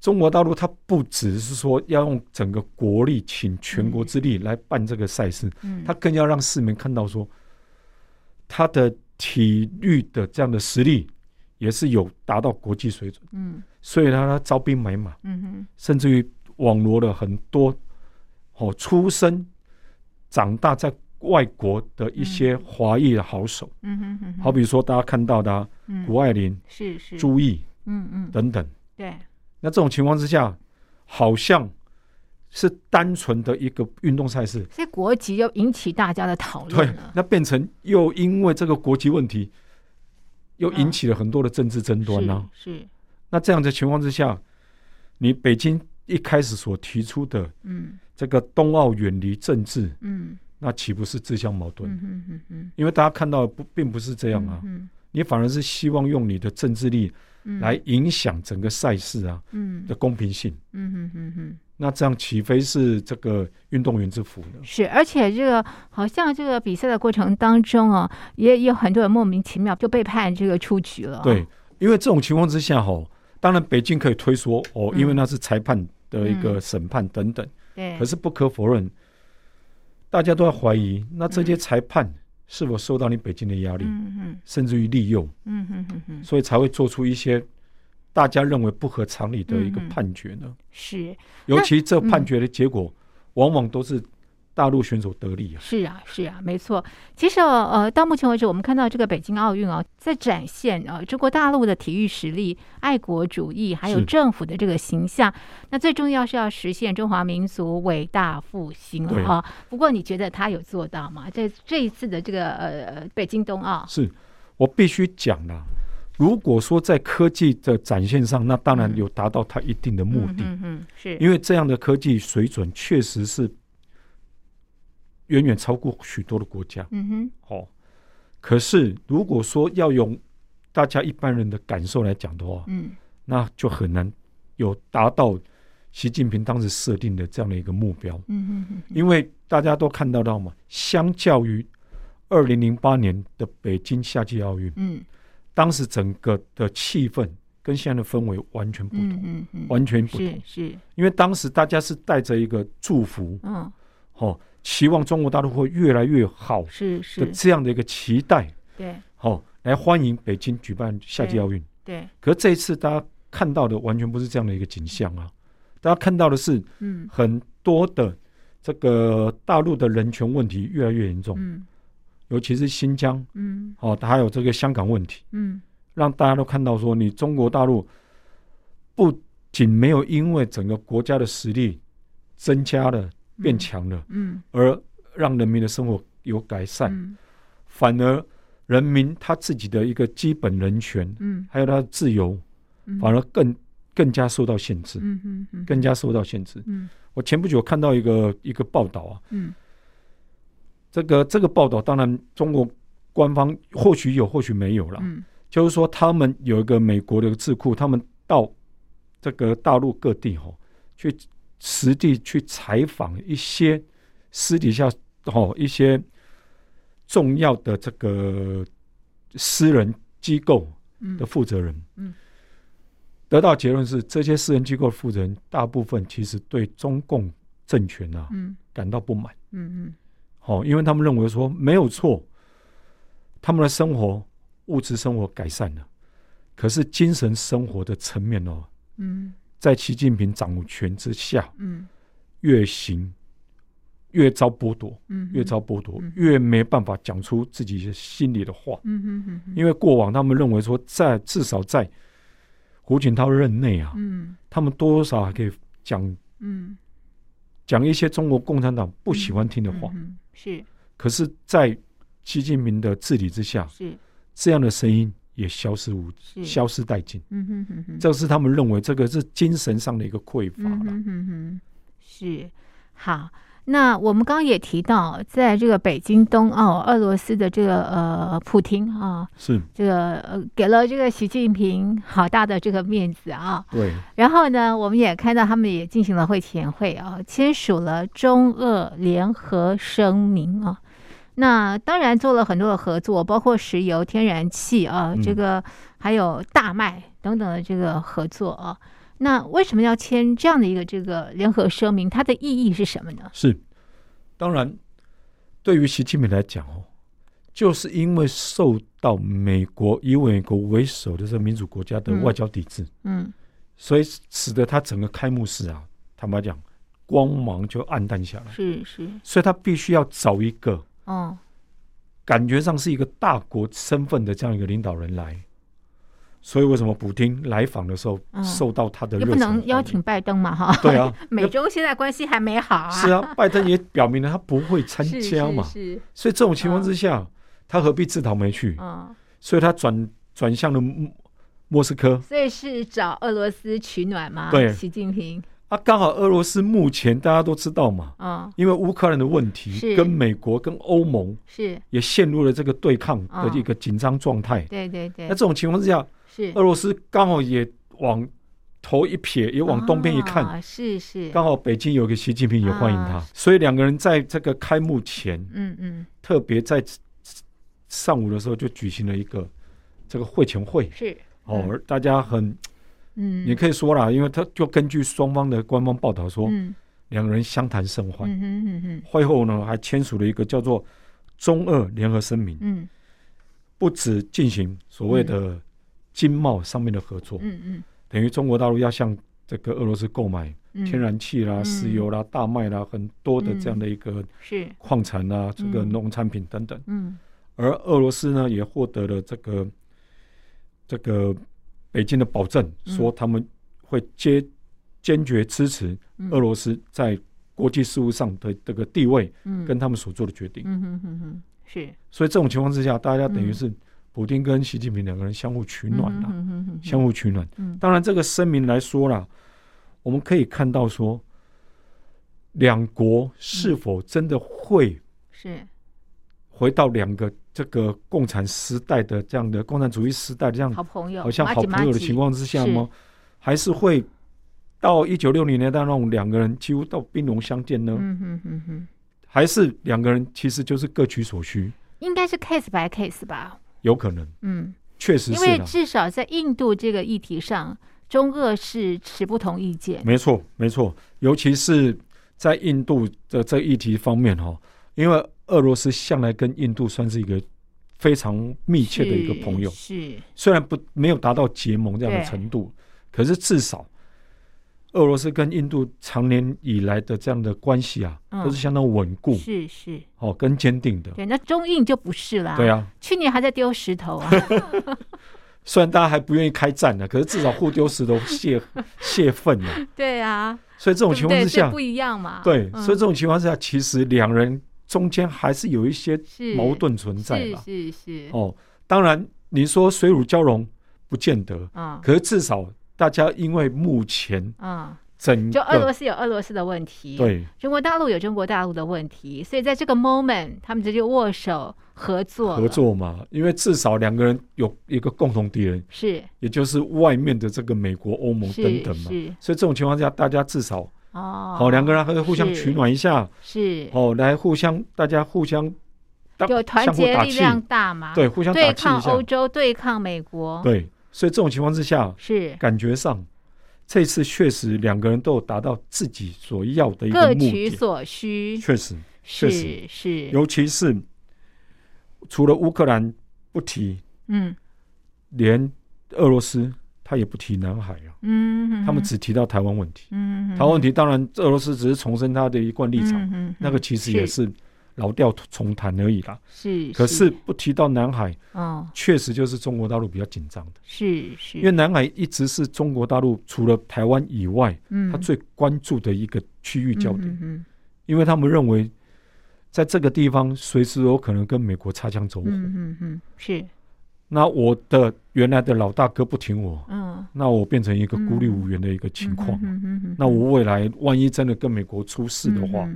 [SPEAKER 2] 中国大陆，它不只是说要用整个国力，请全国之力来办这个赛事，
[SPEAKER 1] 嗯，
[SPEAKER 2] 它更要让市民看到说，它的体育的这样的实力也是有达到国际水准，
[SPEAKER 1] 嗯
[SPEAKER 2] 所以呢，它招兵买马，
[SPEAKER 1] 嗯哼
[SPEAKER 2] 甚至于网罗了很多哦出生长大在外国的一些华裔的好手，
[SPEAKER 1] 嗯哼嗯哼，
[SPEAKER 2] 好比说大家看到的、啊、
[SPEAKER 1] 嗯
[SPEAKER 2] 谷爱凌、
[SPEAKER 1] 是是
[SPEAKER 2] 朱毅
[SPEAKER 1] 嗯嗯
[SPEAKER 2] 等等。
[SPEAKER 1] 对
[SPEAKER 2] 那这种情况之下，好像是单纯的一个运动赛事，
[SPEAKER 1] 所以国籍又引起大家的讨
[SPEAKER 2] 对
[SPEAKER 1] 论了，，
[SPEAKER 2] 那变成又因为这个国籍问题，又引起了很多的政治争端啊。
[SPEAKER 1] 嗯是是
[SPEAKER 2] 那这样的情况之下，你北京一开始所提出的
[SPEAKER 1] 嗯
[SPEAKER 2] 这个冬奥远离政治，
[SPEAKER 1] 嗯
[SPEAKER 2] 那岂不是自相矛盾？
[SPEAKER 1] 嗯嗯嗯嗯，
[SPEAKER 2] 因为大家看到的不并不是这
[SPEAKER 1] 这
[SPEAKER 2] 样啊，
[SPEAKER 1] 嗯
[SPEAKER 2] 你反而是希望用你的政治力
[SPEAKER 1] 嗯
[SPEAKER 2] 来影响整个赛事啊
[SPEAKER 1] 嗯
[SPEAKER 2] 的公平性。
[SPEAKER 1] 嗯嗯嗯嗯。
[SPEAKER 2] 那这样岂非是这个运动员之福呢？
[SPEAKER 1] 是，而且这个好像这个比赛的过程当中啊，也也有很多人莫名其妙就被判这个出局了。啊
[SPEAKER 2] 对，，因为这种情况之下，哈，当然北京可以推说哦，
[SPEAKER 1] 嗯
[SPEAKER 2] 因为那是裁判的一个审判等等。
[SPEAKER 1] 对，
[SPEAKER 2] 可是不可否认，大家都在怀疑，那这些裁判是否受到你北京的压力，
[SPEAKER 1] 嗯嗯
[SPEAKER 2] 甚至于利诱，
[SPEAKER 1] 嗯嗯嗯嗯，
[SPEAKER 2] 所以才会做出一些大家认为不合常理的一
[SPEAKER 1] 嗯
[SPEAKER 2] 个判决呢？
[SPEAKER 1] 是
[SPEAKER 2] 尤其这判决的结
[SPEAKER 1] 嗯
[SPEAKER 2] 果，往往都是大陆选手得利啊。
[SPEAKER 1] 是啊是啊，没错。其实哦呃，到目前为止，我们看到这个北京奥运啊，在展现啊中国大陆的体育实力、爱国主义，还有
[SPEAKER 2] 是
[SPEAKER 1] 政府的这个形象。那最重要是要实现中华民族伟大复兴
[SPEAKER 2] 对
[SPEAKER 1] 了啊。不过你觉得他有做到吗？这这一次的这个呃呃北京冬奥，
[SPEAKER 2] 是我必须讲啦。如果说在科技的展现上，那当然
[SPEAKER 1] 嗯
[SPEAKER 2] 有达到它一定的目的。
[SPEAKER 1] 嗯嗯是，
[SPEAKER 2] 因为这样的科技水准确实是远远超过许多的国家
[SPEAKER 1] 嗯哼。
[SPEAKER 2] 哦。可是如果说要用大家一般人的感受来讲的话，
[SPEAKER 1] 嗯
[SPEAKER 2] 那就很难有达到习近平当时设定的这样的一个目标，
[SPEAKER 1] 嗯嗯嗯
[SPEAKER 2] 因为大家都看到到嘛，相较于二零零八年的北京夏季奥运，
[SPEAKER 1] 嗯
[SPEAKER 2] 当时整个的气氛跟现在的氛围完全不同，
[SPEAKER 1] 嗯嗯嗯，
[SPEAKER 2] 完全不同
[SPEAKER 1] 是。是
[SPEAKER 2] 因为当时大家是带着一个祝福，
[SPEAKER 1] 嗯
[SPEAKER 2] 哦，期望中国大陆会越来越好
[SPEAKER 1] 是
[SPEAKER 2] 的
[SPEAKER 1] 是，
[SPEAKER 2] 这样的一个期待，
[SPEAKER 1] 对
[SPEAKER 2] 好、来欢迎北京举办夏季奥运。
[SPEAKER 1] 对，
[SPEAKER 2] 可是这一次大家看到的完全不是这样的一个景象啊！大家看到的是
[SPEAKER 1] 嗯
[SPEAKER 2] 很多的这个大陆的人权问题越来越严重，
[SPEAKER 1] 嗯
[SPEAKER 2] 尤其是新疆
[SPEAKER 1] 嗯
[SPEAKER 2] 哦，还有这个香港问题，
[SPEAKER 1] 嗯
[SPEAKER 2] 让大家都看到说，你中国大陆不仅没有因为整个国家的实力增加了、变强了，
[SPEAKER 1] 嗯，
[SPEAKER 2] 而让人民的生活有改善，
[SPEAKER 1] 嗯
[SPEAKER 2] 反而人民他自己的一个基本人权，
[SPEAKER 1] 嗯
[SPEAKER 2] 还有他的自由，
[SPEAKER 1] 嗯，
[SPEAKER 2] 反而更更加受到限制，
[SPEAKER 1] 嗯嗯嗯
[SPEAKER 2] 更加受到限制。
[SPEAKER 1] 嗯
[SPEAKER 2] 我前不久看到一个一个报道啊，
[SPEAKER 1] 嗯
[SPEAKER 2] 这个这个报道当然中国官方或许有，或许没有啦。
[SPEAKER 1] 嗯
[SPEAKER 2] 就是说他们有一个美国的智库，他们到这个大陆各地哦，去实地去采访一些私底下哦一些重要的这个私人机构
[SPEAKER 1] 嗯
[SPEAKER 2] 的负责人，
[SPEAKER 1] 嗯嗯
[SPEAKER 2] 得到结论是这些私人机构的负责人大部分其实对中共政权啊
[SPEAKER 1] 嗯
[SPEAKER 2] 感到不满，
[SPEAKER 1] 嗯
[SPEAKER 2] 哦，因为他们认为说没有错，他们的生活物质生活改善了，可是精神生活的层面哦，
[SPEAKER 1] 嗯
[SPEAKER 2] 在习近平掌权之下
[SPEAKER 1] 嗯
[SPEAKER 2] 越行越遭剥夺，
[SPEAKER 1] 嗯，
[SPEAKER 2] 越遭剥夺
[SPEAKER 1] 嗯，
[SPEAKER 2] 越没办法讲出自己的心里的话，
[SPEAKER 1] 嗯嗯嗯，
[SPEAKER 2] 因为过往他们认为说在至少在胡锦涛任内啊，
[SPEAKER 1] 嗯
[SPEAKER 2] 他们多多少少还可以讲
[SPEAKER 1] 嗯
[SPEAKER 2] 讲一些中国共产党不喜欢听的
[SPEAKER 1] 嗯
[SPEAKER 2] 话，
[SPEAKER 1] 是
[SPEAKER 2] 可是，在习近平的治理之下，
[SPEAKER 1] 是
[SPEAKER 2] 这样的声音也消失无
[SPEAKER 1] 是，
[SPEAKER 2] 消失殆尽。
[SPEAKER 1] 嗯哼哼哼，
[SPEAKER 2] 这是他们认为这个是精神上的一个匮乏
[SPEAKER 1] 嗯
[SPEAKER 2] 了。
[SPEAKER 1] 哼哼哼，是好。那我们刚刚也提到，在这个北京冬奥，俄罗斯的这个呃普京啊，
[SPEAKER 2] 是
[SPEAKER 1] 这个、呃、给了这个习近平好大的这个面子啊。
[SPEAKER 2] 对，
[SPEAKER 1] 然后呢，我们也看到他们也进行了会前会啊，签署了中俄联合声明啊。那当然做了很多的合作，包括石油、天然气啊，
[SPEAKER 2] 嗯
[SPEAKER 1] 这个还有大麦等等的这个合作啊。那为什么要签这样的一个这个联合声明？它的意义是什么呢？
[SPEAKER 2] 是。当然，对于习近平来讲哦，就是因为受到美国以美国为首的这个民主国家的
[SPEAKER 1] 嗯
[SPEAKER 2] 外交抵制，
[SPEAKER 1] 嗯
[SPEAKER 2] 所以使得他整个开幕式啊，坦白讲，光芒就暗淡下来。
[SPEAKER 1] 是是，
[SPEAKER 2] 所以他必须要找一个
[SPEAKER 1] 哦，
[SPEAKER 2] 感觉上是一个大国身份的这样一个领导人来。所以为什么普京来访的时候
[SPEAKER 1] 嗯
[SPEAKER 2] 受到他的
[SPEAKER 1] 也
[SPEAKER 2] 热
[SPEAKER 1] 不
[SPEAKER 2] 情的
[SPEAKER 1] 能邀
[SPEAKER 2] 欢迎
[SPEAKER 1] 请拜登嘛哈。
[SPEAKER 2] 对啊，
[SPEAKER 1] 美中现在关系还没好啊，
[SPEAKER 2] 是啊，拜登也表明了他不会参
[SPEAKER 1] 是
[SPEAKER 2] 加嘛，
[SPEAKER 1] 是嗯是，
[SPEAKER 2] 所以这种情况之下，他何必自讨没趣？
[SPEAKER 1] 嗯，
[SPEAKER 2] 所以他转转向了莫莫斯科
[SPEAKER 1] 所以是找俄罗斯取暖嘛？
[SPEAKER 2] 对
[SPEAKER 1] 习近平，
[SPEAKER 2] 啊，刚好俄罗斯目前大家都知道嘛，
[SPEAKER 1] 嗯，
[SPEAKER 2] 因为乌克兰的问题
[SPEAKER 1] 是
[SPEAKER 2] 跟美国跟欧盟
[SPEAKER 1] 是，
[SPEAKER 2] 也陷入了这个对抗的
[SPEAKER 1] 嗯
[SPEAKER 2] 一个紧张状态。
[SPEAKER 1] 对对对
[SPEAKER 2] 那，这种情况之下，
[SPEAKER 1] 是
[SPEAKER 2] 俄罗斯刚好也往头一撇，也往东边一看，
[SPEAKER 1] 啊是是，
[SPEAKER 2] 刚好北京有个习近平也欢迎他，
[SPEAKER 1] 啊
[SPEAKER 2] 所以两个人在这个开幕前。
[SPEAKER 1] 嗯嗯，
[SPEAKER 2] 特别在上午的时候就举行了一个这个会前会
[SPEAKER 1] 是，
[SPEAKER 2] 哦，
[SPEAKER 1] 嗯
[SPEAKER 2] 而大家很
[SPEAKER 1] 嗯，
[SPEAKER 2] 也可以说啦，因为他就根据双方的官方报道说，
[SPEAKER 1] 嗯
[SPEAKER 2] 两个人相谈甚
[SPEAKER 1] 嗯
[SPEAKER 2] 欢。
[SPEAKER 1] 嗯嗯嗯
[SPEAKER 2] 会后呢，还签署了一个叫做《中俄联合声明》，
[SPEAKER 1] 嗯
[SPEAKER 2] 不只进行所谓的经贸上面的合作，
[SPEAKER 1] 嗯嗯
[SPEAKER 2] 等于中国大陆要向这个俄罗斯购买
[SPEAKER 1] 嗯，
[SPEAKER 2] 天然气啦、
[SPEAKER 1] 嗯
[SPEAKER 2] 石油啦、大麦啦，很多的这样的一个
[SPEAKER 1] 是，
[SPEAKER 2] 矿产啦、这个
[SPEAKER 1] 嗯
[SPEAKER 2] 农产品等等。
[SPEAKER 1] 嗯
[SPEAKER 2] 而俄罗斯呢也获得了这个这个北京的保证，
[SPEAKER 1] 嗯
[SPEAKER 2] 说他们会坚坚决支持
[SPEAKER 1] 嗯
[SPEAKER 2] 俄罗斯在国际事务上的这个地位
[SPEAKER 1] 嗯
[SPEAKER 2] 跟他们所做的决定。
[SPEAKER 1] 嗯嗯嗯嗯是
[SPEAKER 2] 所以这种情况之下，大家等于是普京跟习近平两个人相互取暖
[SPEAKER 1] 嗯
[SPEAKER 2] 啊了、
[SPEAKER 1] 嗯嗯嗯
[SPEAKER 2] 相互取暖。
[SPEAKER 1] 嗯
[SPEAKER 2] 当然，这个声明来说啦，我们可以看到说，两国是
[SPEAKER 1] 嗯
[SPEAKER 2] 否真的会
[SPEAKER 1] 是，
[SPEAKER 2] 回到两个这个共产时代的这样的共产主义时代这样
[SPEAKER 1] 好朋友，
[SPEAKER 2] 好像
[SPEAKER 1] 麻
[SPEAKER 2] 好
[SPEAKER 1] 吉麻
[SPEAKER 2] 朋友的
[SPEAKER 1] 吉
[SPEAKER 2] 情，况之下
[SPEAKER 1] 是
[SPEAKER 2] 吗？还是会到一九六零年代那种两个人几乎到兵戎相见呢？
[SPEAKER 1] 嗯嗯嗯嗯，
[SPEAKER 2] 还是两个人其实就是各取所需？
[SPEAKER 1] 应该是 case by case 吧，
[SPEAKER 2] 有可能，
[SPEAKER 1] 嗯。
[SPEAKER 2] 确实
[SPEAKER 1] 因
[SPEAKER 2] 是
[SPEAKER 1] 为
[SPEAKER 2] 的，
[SPEAKER 1] 至少在印度这个议题上，中俄是持不同意见。
[SPEAKER 2] 没错，没错。尤其是在印度的这议题方面哈、哦，因为俄罗斯向来跟印度算是一个非常密切的一个朋友。
[SPEAKER 1] 是
[SPEAKER 2] 虽然不没有达到结盟这样的
[SPEAKER 1] 对
[SPEAKER 2] 程度，可是至少俄罗斯跟印度长年以来的这样的关系啊，
[SPEAKER 1] 嗯
[SPEAKER 2] 都是相当稳固
[SPEAKER 1] 是是，
[SPEAKER 2] 哦，跟坚定的。
[SPEAKER 1] 对，那中印就不是啦。
[SPEAKER 2] 对，啊，
[SPEAKER 1] 去年还在丢石头 啊，
[SPEAKER 2] 虽然大家还不愿意开战呢、啊可是至少互丢石头泄泄愤了、
[SPEAKER 1] 对啊，
[SPEAKER 2] 所以这
[SPEAKER 1] 这
[SPEAKER 2] 种情况之下，
[SPEAKER 1] 不一样嘛。
[SPEAKER 2] 对，
[SPEAKER 1] 嗯
[SPEAKER 2] 所以这种情况之下，其实两人中间还是有一些
[SPEAKER 1] 是
[SPEAKER 2] 矛盾存在
[SPEAKER 1] 是
[SPEAKER 2] 吧。
[SPEAKER 1] 是是，
[SPEAKER 2] 哦，当然你说水乳交融不见得，
[SPEAKER 1] 嗯
[SPEAKER 2] 可是至少大家因为目前
[SPEAKER 1] 嗯，
[SPEAKER 2] 整
[SPEAKER 1] 就俄罗
[SPEAKER 2] 个
[SPEAKER 1] 斯有俄罗斯的问题，，
[SPEAKER 2] 对
[SPEAKER 1] 中国大陆有中国大陆的问题，所以在这个 moment，他们直接握手合作了，
[SPEAKER 2] 合作嘛，因为至少两个人有一个共同敌人，
[SPEAKER 1] 是
[SPEAKER 2] 也就是外面的这个美国、欧盟等
[SPEAKER 1] 是
[SPEAKER 2] 等嘛。
[SPEAKER 1] 是
[SPEAKER 2] 所以这种情况下，大家至少
[SPEAKER 1] 哦，
[SPEAKER 2] 好两个人还会互相
[SPEAKER 1] 是
[SPEAKER 2] 取暖一下，
[SPEAKER 1] 是
[SPEAKER 2] 哦，来互相大家互相打
[SPEAKER 1] 有团
[SPEAKER 2] 相互
[SPEAKER 1] 结
[SPEAKER 2] 打
[SPEAKER 1] 力
[SPEAKER 2] 气，
[SPEAKER 1] 量大嘛？，
[SPEAKER 2] 对，互相打
[SPEAKER 1] 对
[SPEAKER 2] 气一
[SPEAKER 1] 抗欧
[SPEAKER 2] 下，
[SPEAKER 1] 洲，对抗美国，
[SPEAKER 2] 对。所以这种情况之下，
[SPEAKER 1] 是
[SPEAKER 2] 感觉上这次确实两个人都有达到自己所要的一个
[SPEAKER 1] 各
[SPEAKER 2] 目
[SPEAKER 1] 取
[SPEAKER 2] 的，
[SPEAKER 1] 所需，
[SPEAKER 2] 确实，确
[SPEAKER 1] 是
[SPEAKER 2] 实
[SPEAKER 1] 是，
[SPEAKER 2] 尤其是除了乌克兰不提，
[SPEAKER 1] 嗯
[SPEAKER 2] 连俄罗斯他也不提南海啊，
[SPEAKER 1] 嗯，
[SPEAKER 2] 他们
[SPEAKER 1] 嗯
[SPEAKER 2] 只提到台湾问题。
[SPEAKER 1] 嗯，
[SPEAKER 2] 台湾问题当然，俄罗斯只是重申他的一贯立场，
[SPEAKER 1] 嗯，
[SPEAKER 2] 那个其实也是老调重弹而已啦。
[SPEAKER 1] 是，
[SPEAKER 2] 可是不提到南海，
[SPEAKER 1] 嗯，
[SPEAKER 2] 确实就是中国大陆比较紧张的，
[SPEAKER 1] 是是，
[SPEAKER 2] 因为南海一直是中国大陆除了台湾以外，
[SPEAKER 1] 嗯，
[SPEAKER 2] 他最关注的一个区域
[SPEAKER 1] 聚
[SPEAKER 2] 焦点，
[SPEAKER 1] 嗯
[SPEAKER 2] 因为他们认为在这个地方随时有可能跟美国擦枪走
[SPEAKER 1] 嗯
[SPEAKER 2] 火。
[SPEAKER 1] 嗯嗯嗯，是，
[SPEAKER 2] 那我的原来的老大哥不挺我，
[SPEAKER 1] 嗯，
[SPEAKER 2] 那我变成一个孤立无援的一个情况。啊
[SPEAKER 1] 嗯嗯嗯，
[SPEAKER 2] 那我未来万一真的跟美国出事的话，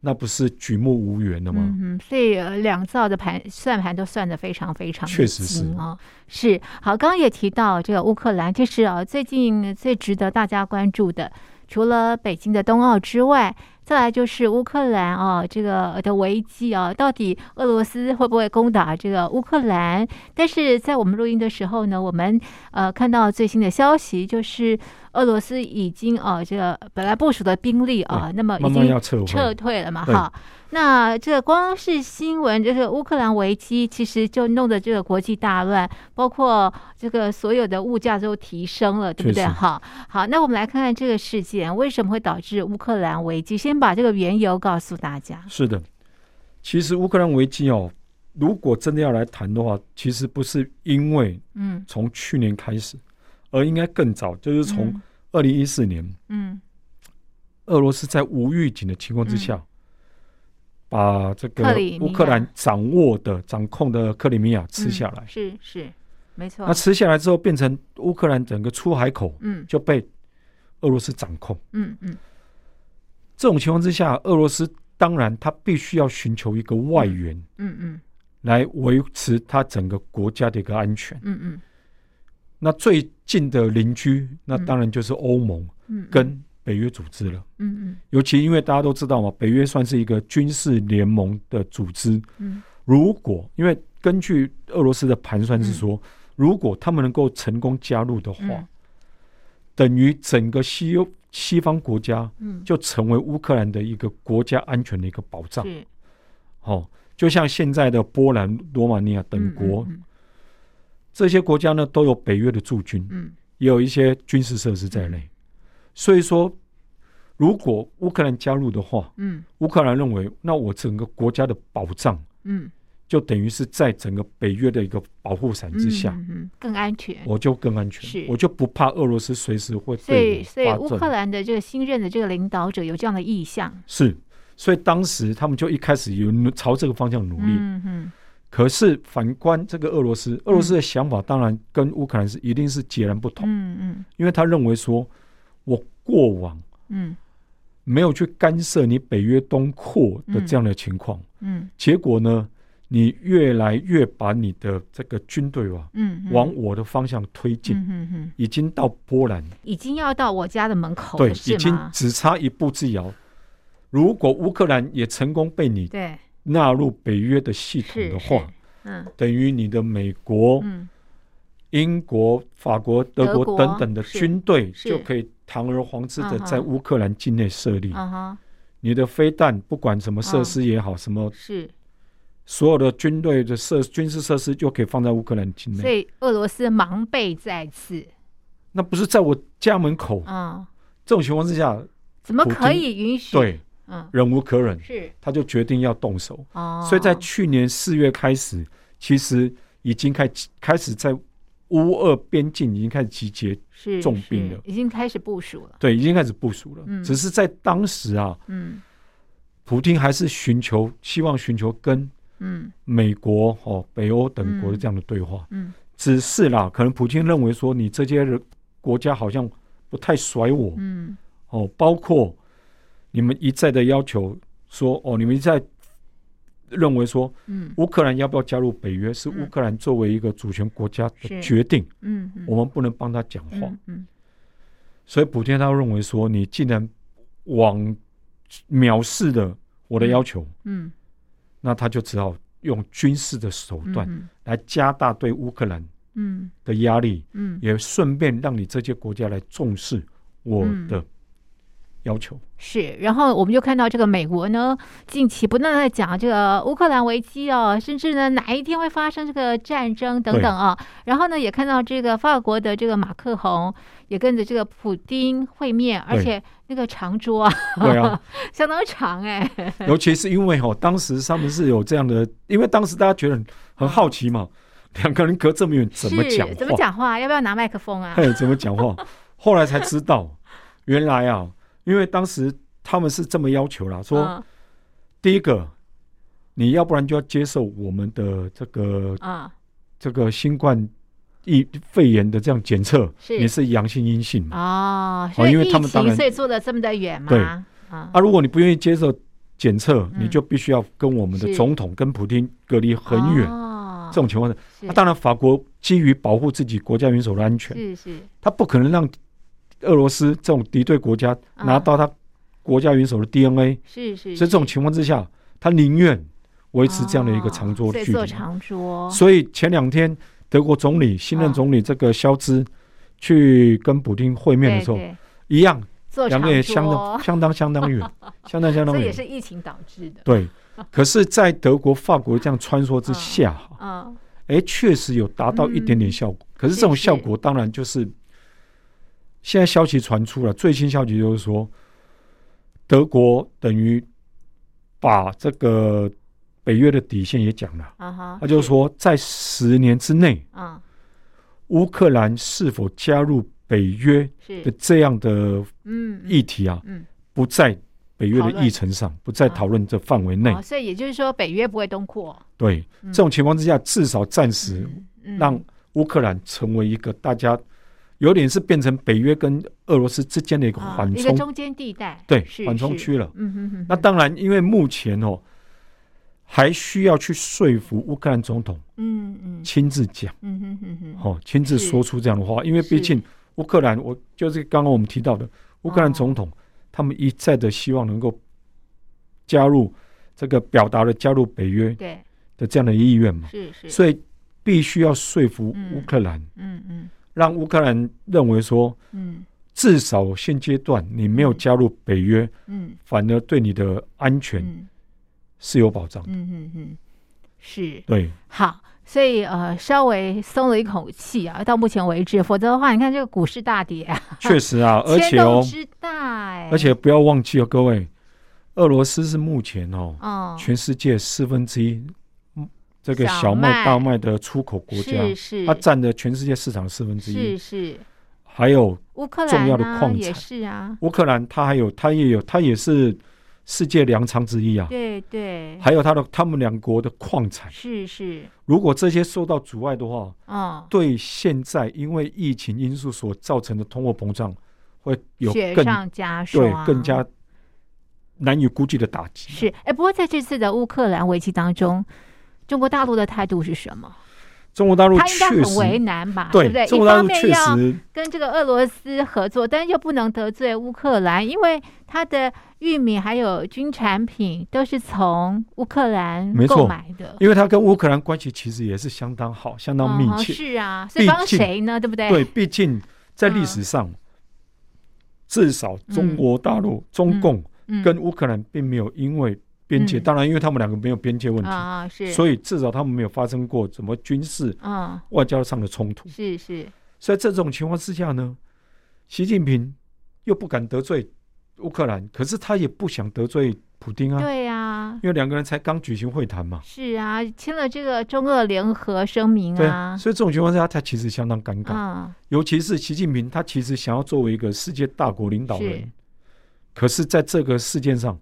[SPEAKER 2] 那不是举目无援了吗？
[SPEAKER 1] 嗯嗯，所以呃两造的盘算盘都算得非常非常
[SPEAKER 2] 确实是
[SPEAKER 1] 啊、哦，是好。刚刚也提到这个乌克兰，这是啊最近最值得大家关注的，除了北京的冬奥之外，再来就是乌克兰啊这个的危机啊，到底俄罗斯会不会攻打这个乌克兰？但是在我们录音的时候呢，我们呃看到最新的消息就是。俄罗斯已经啊，这个本来部署的兵力啊，那么已
[SPEAKER 2] 慢慢
[SPEAKER 1] 经
[SPEAKER 2] 要撤回。
[SPEAKER 1] 撤退了嘛，
[SPEAKER 2] 对
[SPEAKER 1] 哈。那这光是新闻，就是乌克兰危机，其实就弄得这个国际大乱，包括这个所有的物价都提升了，对不对？
[SPEAKER 2] 确实
[SPEAKER 1] 哈，好，那我们来看看这个事件为什么会导致乌克兰危机，先把这个缘由告诉大家。
[SPEAKER 2] 是的，其实乌克兰危机哦，如果真的要来谈的话，其实不是因为
[SPEAKER 1] 嗯，
[SPEAKER 2] 从去年开始，而应该更早，就是从
[SPEAKER 1] 嗯
[SPEAKER 2] 二零一四年，
[SPEAKER 1] 嗯
[SPEAKER 2] 俄罗斯在无预警的情况之下，把这
[SPEAKER 1] 嗯克
[SPEAKER 2] 个
[SPEAKER 1] 里米亚
[SPEAKER 2] 乌克兰掌握的、掌控的克里米亚吃下来。
[SPEAKER 1] 是是，没嗯错
[SPEAKER 2] 那。吃下来之后，变成乌克兰整个出海口
[SPEAKER 1] 嗯
[SPEAKER 2] 就被俄罗斯掌控。
[SPEAKER 1] 嗯嗯，
[SPEAKER 2] 这种情况之下，俄罗斯当然它必须要寻求一个外援
[SPEAKER 1] 嗯嗯
[SPEAKER 2] 来维持它整个国家的一个安全。
[SPEAKER 1] 嗯嗯
[SPEAKER 2] 那最近的邻居，那当然就是欧盟
[SPEAKER 1] 嗯，
[SPEAKER 2] 跟北约组织了。
[SPEAKER 1] 嗯
[SPEAKER 2] 尤其因为大家都知道嘛，北约算是一个军事联盟的组织。
[SPEAKER 1] 嗯嗯
[SPEAKER 2] 如果因为根据俄罗斯的盘算是说，如果他们能够成功加入的话，
[SPEAKER 1] 嗯
[SPEAKER 2] 等于整个西欧西方国家
[SPEAKER 1] 嗯，
[SPEAKER 2] 就成为乌克兰的一个国家安全的一个保障。
[SPEAKER 1] 是
[SPEAKER 2] 哦，就像现在的波兰、罗马尼亚等国、
[SPEAKER 1] 嗯
[SPEAKER 2] 这些国家呢，都有北约的驻军，
[SPEAKER 1] 嗯
[SPEAKER 2] 也有一些军事设施在内。所以说，如果乌克兰加入的话，
[SPEAKER 1] 嗯
[SPEAKER 2] 乌克兰认为，那我整个国家的保障
[SPEAKER 1] 嗯
[SPEAKER 2] 就等于是在整个北约的一个保护伞之下，
[SPEAKER 1] 嗯更安全。
[SPEAKER 2] 我就更安全
[SPEAKER 1] 是，
[SPEAKER 2] 我就不怕俄罗斯随时会
[SPEAKER 1] 所以，
[SPEAKER 2] 对
[SPEAKER 1] 所以
[SPEAKER 2] 我
[SPEAKER 1] 乌
[SPEAKER 2] 发
[SPEAKER 1] 克
[SPEAKER 2] 动。
[SPEAKER 1] 兰的这个新任的这个领导者有这样的意向，
[SPEAKER 2] 是，所以当时他们就一开始有努朝这个方向努力。
[SPEAKER 1] 嗯嗯，
[SPEAKER 2] 可是反观这个俄罗斯，俄罗斯的想法当然跟乌克兰是一定是截然不同，
[SPEAKER 1] 嗯嗯
[SPEAKER 2] 因为他认为说，我过往
[SPEAKER 1] 嗯
[SPEAKER 2] 没有去干涉你北约东扩的这样的情况，
[SPEAKER 1] 嗯
[SPEAKER 2] 结果呢，你越来越把你的这个军队啊
[SPEAKER 1] 嗯，
[SPEAKER 2] 往我的方向推进，
[SPEAKER 1] 嗯嗯嗯，
[SPEAKER 2] 已经到波兰，
[SPEAKER 1] 已经要到我家的门口
[SPEAKER 2] 对，
[SPEAKER 1] 了，
[SPEAKER 2] 已
[SPEAKER 1] 哦是
[SPEAKER 2] 经
[SPEAKER 1] 吗？
[SPEAKER 2] 只差一步之遥。如果乌克兰也成功被你
[SPEAKER 1] 对，
[SPEAKER 2] 纳入北约的系统
[SPEAKER 1] 是
[SPEAKER 2] 的话，，哦
[SPEAKER 1] 嗯
[SPEAKER 2] 等于你的美国、
[SPEAKER 1] 嗯
[SPEAKER 2] 英国、法国、德
[SPEAKER 1] 德
[SPEAKER 2] 国
[SPEAKER 1] 国
[SPEAKER 2] 等等的
[SPEAKER 1] 是
[SPEAKER 2] 军队
[SPEAKER 1] 是
[SPEAKER 2] 就可以堂而皇之的
[SPEAKER 1] 嗯哼
[SPEAKER 2] 在乌克兰境内设立。
[SPEAKER 1] 啊哈，啊
[SPEAKER 2] 你的飞弹不管什么设施也好，什么
[SPEAKER 1] 是
[SPEAKER 2] 所有的军队的设军事设施就可以放在乌克兰境
[SPEAKER 1] 所
[SPEAKER 2] 内。
[SPEAKER 1] 以俄罗斯忙备在此，
[SPEAKER 2] 那不是在我家门口？
[SPEAKER 1] 嗯，
[SPEAKER 2] 这种情况之下，
[SPEAKER 1] 怎么
[SPEAKER 2] 普
[SPEAKER 1] 可
[SPEAKER 2] 京
[SPEAKER 1] 以允许？，
[SPEAKER 2] 对，
[SPEAKER 1] 嗯，
[SPEAKER 2] 忍无可忍，
[SPEAKER 1] 是
[SPEAKER 2] 他就决定要动手。
[SPEAKER 1] 哦，
[SPEAKER 2] 所以在去年四月开始，其实已经开开始在乌俄边境已经开始集结，
[SPEAKER 1] 是
[SPEAKER 2] 重兵
[SPEAKER 1] 是
[SPEAKER 2] 了
[SPEAKER 1] 已经开始部署了，
[SPEAKER 2] 对，已经开始部署了。
[SPEAKER 1] 嗯
[SPEAKER 2] 只是在当时啊，
[SPEAKER 1] 嗯
[SPEAKER 2] 普京还是寻求希望寻求跟
[SPEAKER 1] 嗯
[SPEAKER 2] 美国、哦北欧等国的
[SPEAKER 1] 嗯
[SPEAKER 2] 这样的对话。
[SPEAKER 1] 嗯
[SPEAKER 2] 只是啦，可能普京认为说你这些人国家好像不太甩我，
[SPEAKER 1] 嗯
[SPEAKER 2] 哦，包括你们一再的要求说，哦，你们一再认为说
[SPEAKER 1] 嗯
[SPEAKER 2] 乌克兰要不要加入北约是
[SPEAKER 1] 嗯
[SPEAKER 2] 乌克兰作为一个主权国家
[SPEAKER 1] 是
[SPEAKER 2] 的决定，
[SPEAKER 1] 嗯嗯，
[SPEAKER 2] 我们不能帮他讲话。
[SPEAKER 1] 嗯嗯
[SPEAKER 2] 所以普天他认为说，你既然往藐视了我的要求，
[SPEAKER 1] 嗯
[SPEAKER 2] 那他就只好用军事的手
[SPEAKER 1] 嗯
[SPEAKER 2] 段
[SPEAKER 1] 嗯
[SPEAKER 2] 来加大对乌克兰
[SPEAKER 1] 嗯
[SPEAKER 2] 的压力，
[SPEAKER 1] 嗯
[SPEAKER 2] 也顺便让你这些国家来重视我
[SPEAKER 1] 嗯
[SPEAKER 2] 的要求。
[SPEAKER 1] 是，然后我们就看到这个美国呢，近期不断的讲这个乌克兰危机哦，甚至呢哪一天会发生这个战争等等啊。然后呢，也看到这个法国的这个马克宏也跟着这个普丁会面，而
[SPEAKER 2] 对
[SPEAKER 1] 且那个长桌啊，
[SPEAKER 2] 对啊，
[SPEAKER 1] 相当长哎、
[SPEAKER 2] 尤其是因为哦，当时他们是有这样的，因为当时大家觉得很很好奇嘛，两个人隔这么远怎么
[SPEAKER 1] 是
[SPEAKER 2] 讲话？
[SPEAKER 1] 怎么？讲话？要不要拿麦克风 啊？
[SPEAKER 2] 嘿，哎怎么讲 话？后来才知道，原来啊，因为当时他们是这么要求啦，说、
[SPEAKER 1] 嗯
[SPEAKER 2] 第一个，你要不然就要接受我们的这个
[SPEAKER 1] 嗯
[SPEAKER 2] 这个新冠疫肺炎的这样检测，
[SPEAKER 1] 是
[SPEAKER 2] 你是阳性阴性
[SPEAKER 1] 哦，
[SPEAKER 2] 嘛？
[SPEAKER 1] 所以
[SPEAKER 2] 因为
[SPEAKER 1] 疫
[SPEAKER 2] 他们当
[SPEAKER 1] 情
[SPEAKER 2] 然
[SPEAKER 1] 所以坐的这么的远嘛，
[SPEAKER 2] 对
[SPEAKER 1] 啊，
[SPEAKER 2] 啊，如果你不愿意接受检测，
[SPEAKER 1] 嗯
[SPEAKER 2] 你就必须要跟我们的
[SPEAKER 1] 是
[SPEAKER 2] 总统跟普京隔离很远。
[SPEAKER 1] 哦、
[SPEAKER 2] 这种情况下，
[SPEAKER 1] 是
[SPEAKER 2] 那当然，法国基于保护自己国家元首的安全，
[SPEAKER 1] 是是
[SPEAKER 2] 他不可能让俄罗斯这种敌对国家
[SPEAKER 1] 啊
[SPEAKER 2] 拿到他国家元首的 DNA，、
[SPEAKER 1] 是是，
[SPEAKER 2] 所以这种
[SPEAKER 1] 是
[SPEAKER 2] 情况之下，他宁愿维持这样的一个长
[SPEAKER 1] 哦
[SPEAKER 2] 桌
[SPEAKER 1] 所以
[SPEAKER 2] 距
[SPEAKER 1] 坐
[SPEAKER 2] 离。
[SPEAKER 1] 长桌，
[SPEAKER 2] 所以前两天，德国总理新任
[SPEAKER 1] 啊
[SPEAKER 2] 总理这个肖兹去跟普京会面的时候，
[SPEAKER 1] 对对
[SPEAKER 2] 一样，
[SPEAKER 1] 坐
[SPEAKER 2] 两
[SPEAKER 1] 长
[SPEAKER 2] 个也相
[SPEAKER 1] 桌
[SPEAKER 2] 当，相当相当远，相 当相当
[SPEAKER 1] 这也
[SPEAKER 2] 远。
[SPEAKER 1] 是疫情导致的。
[SPEAKER 2] 对，可是，在德国、法国这样穿梭之下，哈
[SPEAKER 1] 嗯，
[SPEAKER 2] 哎，确实有达到一点点效果。可是这种
[SPEAKER 1] 是是
[SPEAKER 2] 效果当然就是，现在消息传出了，最新消息就是说，德国等于把这个北约的底线也讲了，
[SPEAKER 1] 啊哈，
[SPEAKER 2] 他就说在十年之内，
[SPEAKER 1] 嗯，
[SPEAKER 2] 乌克兰是否加入北约的
[SPEAKER 1] 是，
[SPEAKER 2] 这样的
[SPEAKER 1] 嗯，嗯
[SPEAKER 2] 议题啊，
[SPEAKER 1] 嗯，
[SPEAKER 2] 不在北约
[SPEAKER 1] 讨
[SPEAKER 2] 的
[SPEAKER 1] 论
[SPEAKER 2] 议程上，不在
[SPEAKER 1] 啊
[SPEAKER 2] 讨论这范围内
[SPEAKER 1] 哦。所以也就是说，北约不会东扩，
[SPEAKER 2] 对，
[SPEAKER 1] 嗯
[SPEAKER 2] 这种情况之下，至少暂时
[SPEAKER 1] 嗯嗯
[SPEAKER 2] 让乌克兰成为一个大家有点是变成北约跟俄罗斯之间的一个
[SPEAKER 1] 啊
[SPEAKER 2] 缓
[SPEAKER 1] 一个
[SPEAKER 2] 冲，
[SPEAKER 1] 中间地带，
[SPEAKER 2] 对
[SPEAKER 1] 是
[SPEAKER 2] 缓冲，
[SPEAKER 1] 是
[SPEAKER 2] 区了。
[SPEAKER 1] 嗯哼哼，
[SPEAKER 2] 那当然，因为目前哦，还需要去说服乌克兰总统
[SPEAKER 1] 嗯嗯
[SPEAKER 2] 亲自讲
[SPEAKER 1] 嗯哼哼哼，
[SPEAKER 2] 哦，亲自
[SPEAKER 1] 是
[SPEAKER 2] 说出这样的话，因为毕
[SPEAKER 1] 是
[SPEAKER 2] 竟乌克兰，我就是刚刚我们提到的乌克兰总统，
[SPEAKER 1] 哦
[SPEAKER 2] 他们一再的希望能够加入这个表达了加入北约
[SPEAKER 1] 对，
[SPEAKER 2] 的这样的意愿嘛，
[SPEAKER 1] 是是，
[SPEAKER 2] 所以必须要说服乌克兰。
[SPEAKER 1] 嗯嗯
[SPEAKER 2] 让乌克兰认为说，
[SPEAKER 1] 嗯
[SPEAKER 2] 至少现阶段你没有加入北约，
[SPEAKER 1] 嗯
[SPEAKER 2] 反而对你的安全
[SPEAKER 1] 嗯
[SPEAKER 2] 是有保障的。
[SPEAKER 1] 嗯嗯嗯，是，
[SPEAKER 2] 对，
[SPEAKER 1] 好，所以呃，稍微松了一口气啊，到目前为止，否则的话，你看这个股市大跌啊，
[SPEAKER 2] 确实啊，而
[SPEAKER 1] 牵
[SPEAKER 2] 且
[SPEAKER 1] 动
[SPEAKER 2] 哦，
[SPEAKER 1] 之大哎，
[SPEAKER 2] 而且不要忘记哦，各位，俄罗斯是目前哦，
[SPEAKER 1] 嗯，
[SPEAKER 2] 全世界四分之一，嗯这个
[SPEAKER 1] 小
[SPEAKER 2] 小
[SPEAKER 1] 麦
[SPEAKER 2] 麦、大麦的出口国家
[SPEAKER 1] 是，是
[SPEAKER 2] 它占了全世界市场四分之
[SPEAKER 1] 是
[SPEAKER 2] 一。
[SPEAKER 1] 是
[SPEAKER 2] 还有
[SPEAKER 1] 乌克
[SPEAKER 2] 重
[SPEAKER 1] 兰
[SPEAKER 2] 要的
[SPEAKER 1] 啊
[SPEAKER 2] 矿
[SPEAKER 1] 也
[SPEAKER 2] 产
[SPEAKER 1] 是啊，
[SPEAKER 2] 乌克兰，它还有它也有它也是世界粮仓之一啊，
[SPEAKER 1] 对对，
[SPEAKER 2] 还有它的他们两国的矿产。
[SPEAKER 1] 是是，
[SPEAKER 2] 如果这些受到阻碍的话，
[SPEAKER 1] 嗯，
[SPEAKER 2] 对现在因为疫情因素所造成的通货膨胀，会有
[SPEAKER 1] 雪
[SPEAKER 2] 更
[SPEAKER 1] 上加霜、啊
[SPEAKER 2] 对更加难以估计的打击。
[SPEAKER 1] 是哎。不过在这次的乌克兰危机当中，中国大陆的态度是什么？
[SPEAKER 2] 中国大陆
[SPEAKER 1] 他应该
[SPEAKER 2] 确
[SPEAKER 1] 很为
[SPEAKER 2] 实
[SPEAKER 1] 难吧，
[SPEAKER 2] 对
[SPEAKER 1] 不对？
[SPEAKER 2] 中
[SPEAKER 1] 一
[SPEAKER 2] 国大
[SPEAKER 1] 方
[SPEAKER 2] 陆
[SPEAKER 1] 面
[SPEAKER 2] 确
[SPEAKER 1] 要
[SPEAKER 2] 实
[SPEAKER 1] 跟这个俄罗斯合作，但又不能得罪乌克兰，因为它的玉米还有军产品都是从乌克兰
[SPEAKER 2] 没错
[SPEAKER 1] 购买的，
[SPEAKER 2] 因为它跟乌克兰关系其实也是相当好、相当密
[SPEAKER 1] 嗯哼
[SPEAKER 2] 切。
[SPEAKER 1] 是啊，所以帮谁呢？对不对？
[SPEAKER 2] 对，毕竟在
[SPEAKER 1] 嗯
[SPEAKER 2] 历史上，至少中国大陆、中共
[SPEAKER 1] 嗯，
[SPEAKER 2] 跟乌克兰并没有因为。边界。
[SPEAKER 1] 嗯
[SPEAKER 2] 当然，因为他们两个没有边界问题，
[SPEAKER 1] 啊，是，以
[SPEAKER 2] 所以至少他们没有发生过什么军事、
[SPEAKER 1] 嗯，
[SPEAKER 2] 外交上的冲突。
[SPEAKER 1] 是是，
[SPEAKER 2] 所以在这种情况之下呢，习近平又不敢得罪乌克兰，可是他也不想得罪普丁啊，
[SPEAKER 1] 对呀，
[SPEAKER 2] 因为两个人才刚举行会谈嘛。
[SPEAKER 1] 是啊，签了这个中俄联合声明
[SPEAKER 2] 对
[SPEAKER 1] 啊，
[SPEAKER 2] 所以这种情况之下，他其实相当尴尬。
[SPEAKER 1] 嗯，
[SPEAKER 2] 尤其是习近平，他其实想要作为一个世界大国领导
[SPEAKER 1] 是
[SPEAKER 2] 人，可是在这个事件上，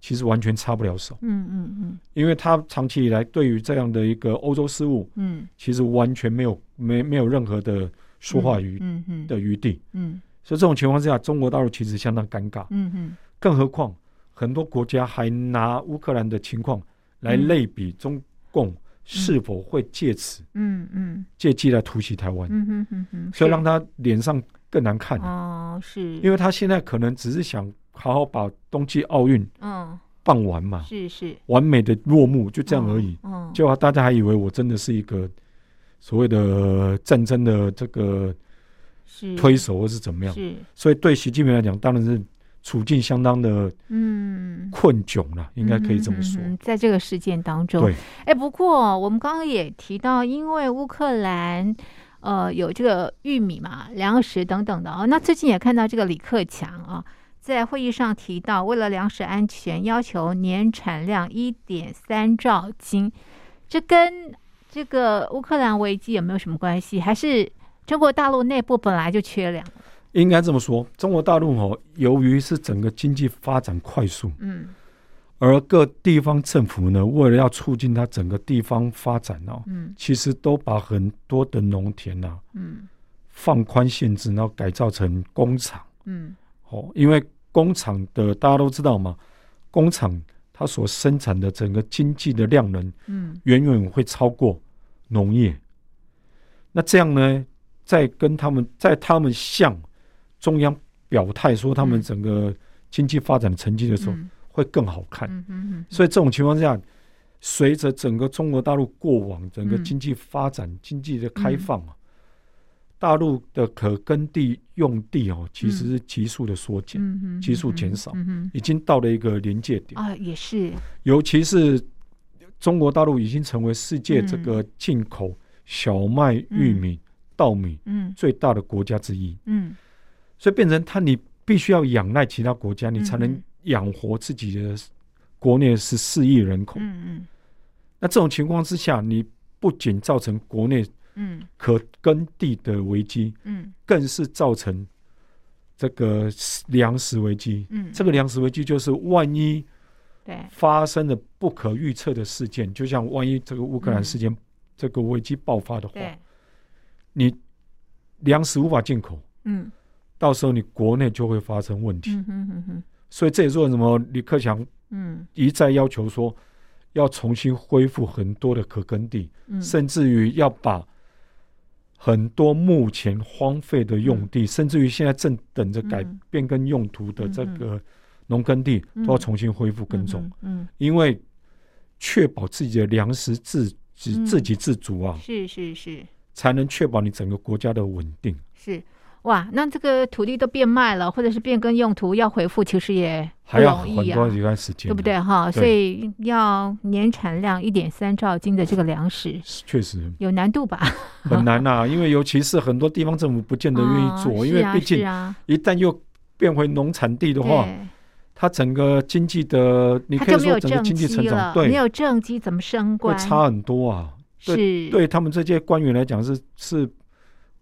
[SPEAKER 2] 其实完全插不了手，
[SPEAKER 1] 嗯嗯嗯
[SPEAKER 2] 因为他长期以来对于这样的一个欧洲事务，
[SPEAKER 1] 嗯，
[SPEAKER 2] 其实完全没有没没有任何的说话余
[SPEAKER 1] 嗯嗯
[SPEAKER 2] 的余地。
[SPEAKER 1] 嗯
[SPEAKER 2] 所以这种情况之下，中国大陆其实相当尴尬，
[SPEAKER 1] 嗯嗯，
[SPEAKER 2] 更何况很多国家还拿乌克兰的情况来
[SPEAKER 1] 嗯
[SPEAKER 2] 类比中共是否会借此
[SPEAKER 1] 嗯嗯
[SPEAKER 2] 借机来突袭台湾，
[SPEAKER 1] 嗯嗯嗯嗯，
[SPEAKER 2] 所
[SPEAKER 1] 是
[SPEAKER 2] 以让他脸上更难看。
[SPEAKER 1] 哦是，
[SPEAKER 2] 因为他现在可能只是想好好把冬季奥运
[SPEAKER 1] 嗯
[SPEAKER 2] 办完嘛，
[SPEAKER 1] 是是
[SPEAKER 2] 完美的落幕，就这样而已。，
[SPEAKER 1] 嗯，嗯
[SPEAKER 2] 结果大家还以为我真的是一个所谓的战争的这个
[SPEAKER 1] 是
[SPEAKER 2] 推手，或是怎么样。
[SPEAKER 1] 是
[SPEAKER 2] 所以对习近平来讲，当然是处境相当的
[SPEAKER 1] 嗯。
[SPEAKER 2] 困窘了，应该可以这么
[SPEAKER 1] 嗯
[SPEAKER 2] 说。
[SPEAKER 1] 嗯嗯在这个事件当中，
[SPEAKER 2] 对，
[SPEAKER 1] 哎，不过我们刚刚也提到，因为乌克兰。呃，有这个玉米嘛、粮食等等的哦。那最近也看到这个李克强啊，在会议上提到，为了粮食安全，要求年产量一点三兆斤，这跟这个乌克兰危机有没有什么关系？还是中国大陆内部本来就缺粮？
[SPEAKER 2] 应该这么说。中国大陆哦，由于是整个经济发展快速，
[SPEAKER 1] 嗯
[SPEAKER 2] 而各地方政府呢，为了要促进它整个地方发展哦，
[SPEAKER 1] 嗯
[SPEAKER 2] 其实都把很多的农田呐、
[SPEAKER 1] 嗯
[SPEAKER 2] 放宽限制，然后改造成工厂
[SPEAKER 1] 嗯
[SPEAKER 2] 哦，因为工厂的大家都知道嘛，工厂它所生产的整个经济的量能
[SPEAKER 1] 嗯
[SPEAKER 2] 远远会超过农业。那这样呢，在跟他们在他们向中央表态说他们
[SPEAKER 1] 嗯
[SPEAKER 2] 整个经济发展的成绩的时候，
[SPEAKER 1] 嗯
[SPEAKER 2] 会更好看。
[SPEAKER 1] 嗯嗯
[SPEAKER 2] 所以这种情况下，随着整个中国大陆过往整个
[SPEAKER 1] 嗯
[SPEAKER 2] 经济发展、经济的开放啊，大陆的可耕地用地哦，其实是急速的缩减，
[SPEAKER 1] 嗯
[SPEAKER 2] 基数减少
[SPEAKER 1] 嗯嗯
[SPEAKER 2] 已经到了一个临界点。
[SPEAKER 1] 啊，也是，
[SPEAKER 2] 尤其是中国大陆已经成为世界这个
[SPEAKER 1] 嗯
[SPEAKER 2] 进口小麦、玉米、稻米
[SPEAKER 1] 嗯
[SPEAKER 2] 最大的国家之一，
[SPEAKER 1] 嗯
[SPEAKER 2] 所以变成它你必须要仰赖其他国家，你才
[SPEAKER 1] 嗯
[SPEAKER 2] 能
[SPEAKER 1] 嗯
[SPEAKER 2] 养活自己的国内十四亿人口。
[SPEAKER 1] 嗯
[SPEAKER 2] 那这种情况之下，你不仅造成国内
[SPEAKER 1] 嗯
[SPEAKER 2] 可耕地的危机，
[SPEAKER 1] 嗯
[SPEAKER 2] 更是造成这个粮食危机。
[SPEAKER 1] 嗯，
[SPEAKER 2] 这个粮食危机就是，万一
[SPEAKER 1] 对，
[SPEAKER 2] 发生了不可预测的事件，就像万一这个乌克兰
[SPEAKER 1] 嗯
[SPEAKER 2] 事件、这个危机爆发的话，
[SPEAKER 1] 对，
[SPEAKER 2] 你粮食无法进口，
[SPEAKER 1] 嗯
[SPEAKER 2] 到时候你国内就会发生问题。
[SPEAKER 1] 嗯嗯嗯
[SPEAKER 2] 所以这也是为什么李克强
[SPEAKER 1] 嗯
[SPEAKER 2] 一再要求说，要重新恢复很多的可耕地。
[SPEAKER 1] 嗯，
[SPEAKER 2] 甚至于要把很多目前荒废的用地，甚至于现在正等着改
[SPEAKER 1] 嗯
[SPEAKER 2] 变跟用途的这
[SPEAKER 1] 嗯嗯
[SPEAKER 2] 个农耕地，
[SPEAKER 1] 嗯
[SPEAKER 2] 都要重新恢复耕种，，
[SPEAKER 1] 嗯，
[SPEAKER 2] 因为确保自己的粮食自自
[SPEAKER 1] 嗯
[SPEAKER 2] 自给自足啊，
[SPEAKER 1] 是是是
[SPEAKER 2] 才能确保你整个国家的稳定。
[SPEAKER 1] 是。哇，那这个土地都变卖了，或者是变更用途，要回复其实也不
[SPEAKER 2] 还要
[SPEAKER 1] 容
[SPEAKER 2] 很
[SPEAKER 1] 易啊，
[SPEAKER 2] 多一段时间、
[SPEAKER 1] 对不？对哈？所以要年产量一点三兆斤的这个粮食，
[SPEAKER 2] 确实
[SPEAKER 1] 有难度吧？
[SPEAKER 2] 很难 呐、因为尤其是很多地方政府不见得愿意做，因为毕竟
[SPEAKER 1] 啊，
[SPEAKER 2] 一旦又变回农产地的话，
[SPEAKER 1] 对，
[SPEAKER 2] 它整个经济的，你
[SPEAKER 1] 他
[SPEAKER 2] 可以
[SPEAKER 1] 就没
[SPEAKER 2] 说
[SPEAKER 1] 有
[SPEAKER 2] 整个
[SPEAKER 1] 正
[SPEAKER 2] 经济成
[SPEAKER 1] 机
[SPEAKER 2] 长
[SPEAKER 1] 了，
[SPEAKER 2] 对
[SPEAKER 1] 没有正机怎么升
[SPEAKER 2] 会
[SPEAKER 1] 官？
[SPEAKER 2] 差很多啊。
[SPEAKER 1] 是，
[SPEAKER 2] 对他们这些官员来讲是是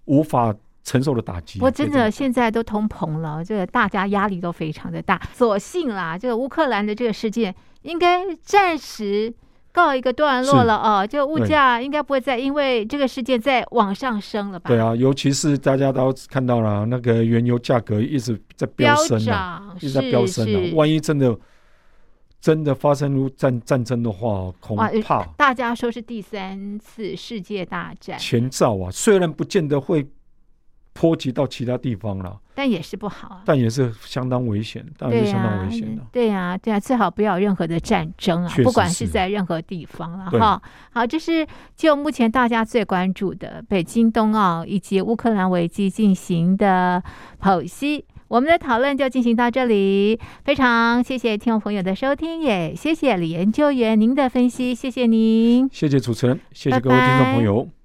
[SPEAKER 2] 无法承受的打击。啊
[SPEAKER 1] 我真
[SPEAKER 2] 对
[SPEAKER 1] 的
[SPEAKER 2] 这
[SPEAKER 1] 现在都通膨了，这个大家压力都非常的大。所幸啦，这个乌克兰的这个事件应该暂时告一个段落了哦，这个物
[SPEAKER 2] 对
[SPEAKER 1] 价应该不会再因为这个事件再往上升了吧？
[SPEAKER 2] 对啊，尤其是大家都看到了那个原油价格一直在飙
[SPEAKER 1] 飙
[SPEAKER 2] 升啊，
[SPEAKER 1] 涨
[SPEAKER 2] 一
[SPEAKER 1] 是
[SPEAKER 2] 直在飙升啊
[SPEAKER 1] 是。
[SPEAKER 2] 万一真的真的发生如战战争的话，恐
[SPEAKER 1] 哇呃
[SPEAKER 2] 怕
[SPEAKER 1] 大家说是第三次世界大战，
[SPEAKER 2] 前兆啊。虽然不见得会波及到其他地方了，
[SPEAKER 1] 但也是不好啊。
[SPEAKER 2] 但也是相当危险，当然
[SPEAKER 1] 对
[SPEAKER 2] 是相
[SPEAKER 1] 呀
[SPEAKER 2] 当危险的。
[SPEAKER 1] 对啊呀、对呀、最好不要有任何的战争啊
[SPEAKER 2] 确，实
[SPEAKER 1] 不管是
[SPEAKER 2] 是
[SPEAKER 1] 在任何地方了
[SPEAKER 2] 对
[SPEAKER 1] 哈。好，这是就目前大家最关注的北京冬奥以及乌克兰危机进行的剖析。我们的讨论就进行到这里，非常谢谢听众朋友的收听，也谢谢李研究员您的分析，谢谢您。
[SPEAKER 2] 谢谢主持人，谢谢各位
[SPEAKER 1] 拜拜
[SPEAKER 2] 听众朋友。